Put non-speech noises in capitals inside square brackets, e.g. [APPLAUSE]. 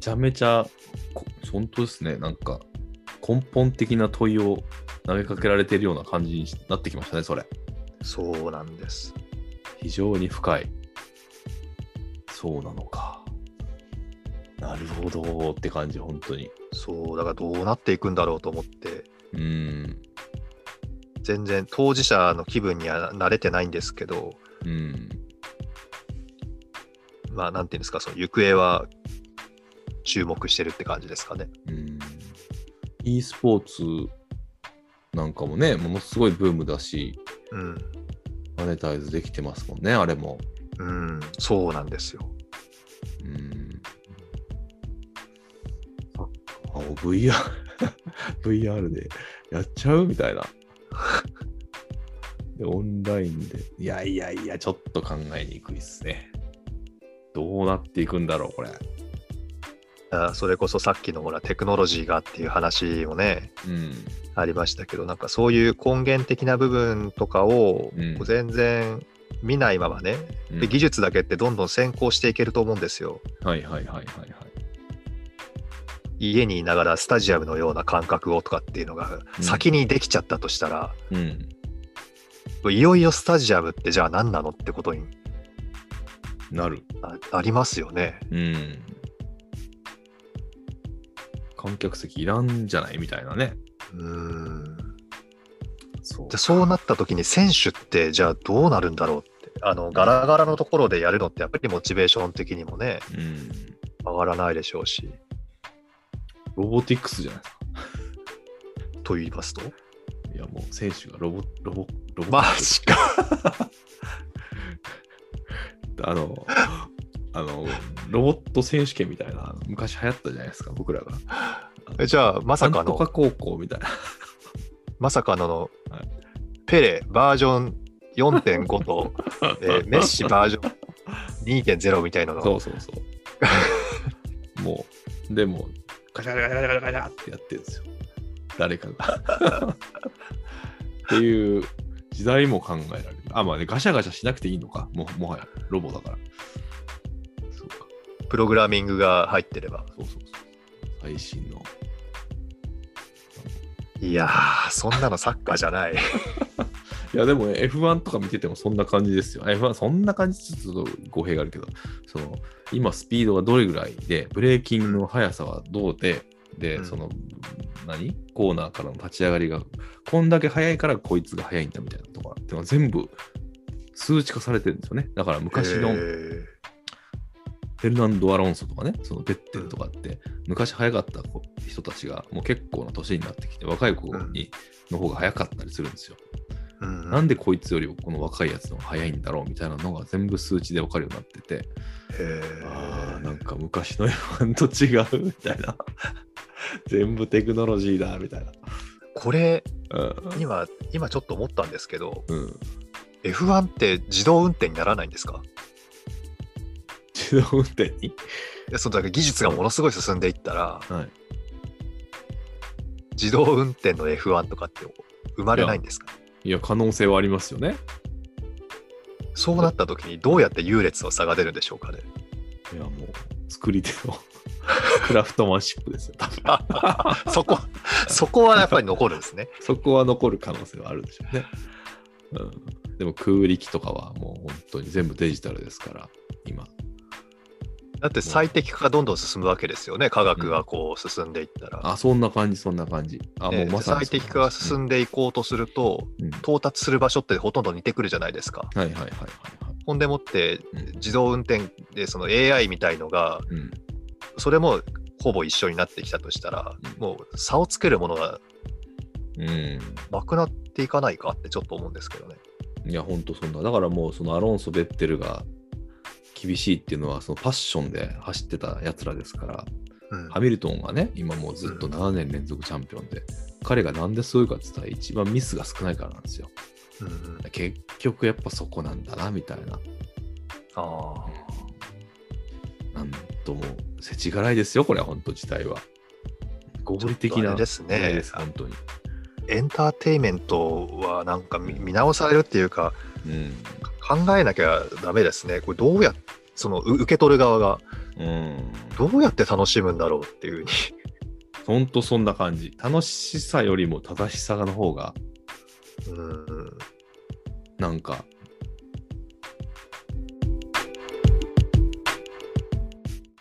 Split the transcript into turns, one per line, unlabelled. ちゃめちゃ、こ本当ですね、なんか、根本的な問いを投げかけられているような感じになってきましたね、それ。
そうなんです。
非常に深い。そうなのか。なるほどって感じ、本当に。
そう、だからどうなっていくんだろうと思って、
うーん。
全然当事者の気分には慣れてないんですけど、
うん。
まあ、なんていうんですか、その行方は注目してるって感じですかね。
うん。e スポーツなんかもね、ものすごいブームだし、
うん。
マネタイズできてますもんね、あれも。
うん、そうなんですよ。
うん。あ、お [LAUGHS] VR、VR でやっちゃうみたいな。で、オンラインで。いやいやいや、ちょっと考えにくいっすね。どうなっていくんだろう、これ。
あそれこそさっきのほらテクノロジーがっていう話もね
うん。
ありましたけどなんかそういう根源的な部分とかを
うん
こう全然見ないままね、
うん
で技術だけってどんどん先行していけると思うんですよ
はいはいはいはいはい。
家にいながらスタジアムのような感覚をとかっていうのが
うん
先にできちゃったとしたら、
うん。
いよいよスタジアムってじゃあ何なのってことに
なる。
ななりますよね
うん。観客席いらんじゃないみたいなね。
うん
そう
でそうなった時に選手ってじゃあどうなるんだろうってあのガラガラのところでやるのってやっぱりモチベーション的にもね
うん。
上がらないでしょうし
ロボティックスじゃないですか。
と言いますと
いやもう選手がロボ、ロボ、ロボ
マジか
あの、あの、ロボット選手権みたいな、昔流行ったじゃないですか、僕らが。
え [LAUGHS] じゃあまさ
な
か
んと
の
か高校みたいな。
まさかのの
はい
ペレバージョン4.5と、えーメッシバージョン2.0みたいな
[LAUGHS]
の
そ
が
うそう
[LAUGHS]
そう。もう、でも、ガチャガチャガチャガチャガチャってやってるんですよ。誰かが。っていう時代も考えられる。あ、まあね、ガシャガシャしなくていいのか、ももはや、ロボだから。そうか、
プログラミングが入ってれば
そうそうそう。最新の。
いやーそんなのサッカーじゃない
いやでもね、F1 とか見ててもそんな感じですよ。F1 そんな感じちょっと語弊があるけど、その今スピードがどれぐらいで、ブレーキングの速さはどうで、で、
うん
その何コーナーからの立ち上がりがこんだけ速いからこいつが速いんだみたいなとかっていうのは全部数値化されてるんですよね。だから昔の
えー
フェルナンド・アロンソとかね、そのベッテルとかって、昔早かった子人たちがもう結構な年になってきて、若い子にの方が早かったりするんですよ。
うん
なんでこいつよりもこの若いやつの方が早いんだろうみたいなのが全部数値で分かるようになってて、
えー
ああ、なんか昔の F1 と違うみたいな。 [LAUGHS] 全部テクノロジーだみたいな。
これ
うん。
今今ちょっと思ったんですけど
うん、
F1 って自動運転にならないんですか
自動運転に。
いやそうだから技術がものすごい進んでいったら、
はい
自動運転の F1 とかって生まれないんですか
いや、可能性はありますよね。
そうなった時にどうやって優劣の差が出るんでしょうか [LAUGHS] ね
いや、もう、作り手の [LAUGHS] クラフトマンシップですよ。多分
そこそこはやっぱり残るんですね
そこは残る可能性はあるでしょうね。うん、でも空力とかはもう本当に全部デジタルですから、今。
だって最適化がどんどん進むわけですよね科学がこう進んでいったら、
あ、そんな感じ、そんな感じ。あ、も
ね
うまさに
最適化が進
ん
んでいこうとすると、
うん
到達する場所ってほとんど似てくるじゃないですか
はいはいはいはい
ほんでもって
はい。うん
自動運転でその AI みたいのが
うん、
それもほぼ一緒になってきたとしたら、
うん
もう差をつけるもの
う
がなくなっていかないかってちょっと思うんですけどね。
ん。いや、ほんとそんな。だからもう、そのアロンソ・ベッテルが厳しいっていうのは、そのパッションで走ってたやつらですから、
うん
ハミルトンがね、今もうずっと7年連続チャンピオンで、彼がなんでそういうかって言ったら、一番ミスが少ないからなんですよ。
うんうん
結局やっぱそこなんだな、みたいな。
あ
なんとも、世知辛いですよ、これは、本当時代は。合理的
ちょっとあ
な
れですね
時代です、本当に。
ーエンターテインメントはなんか見
うん
見直されるっていうか
うん。
考えなきゃダメですね。これどうやっそのう受け取る側が
うん。
どうやって楽しむんだろうっていうふうに。
ほんとそんな感じ。楽しさよりも正しさの方が、
呃うん。
なんか、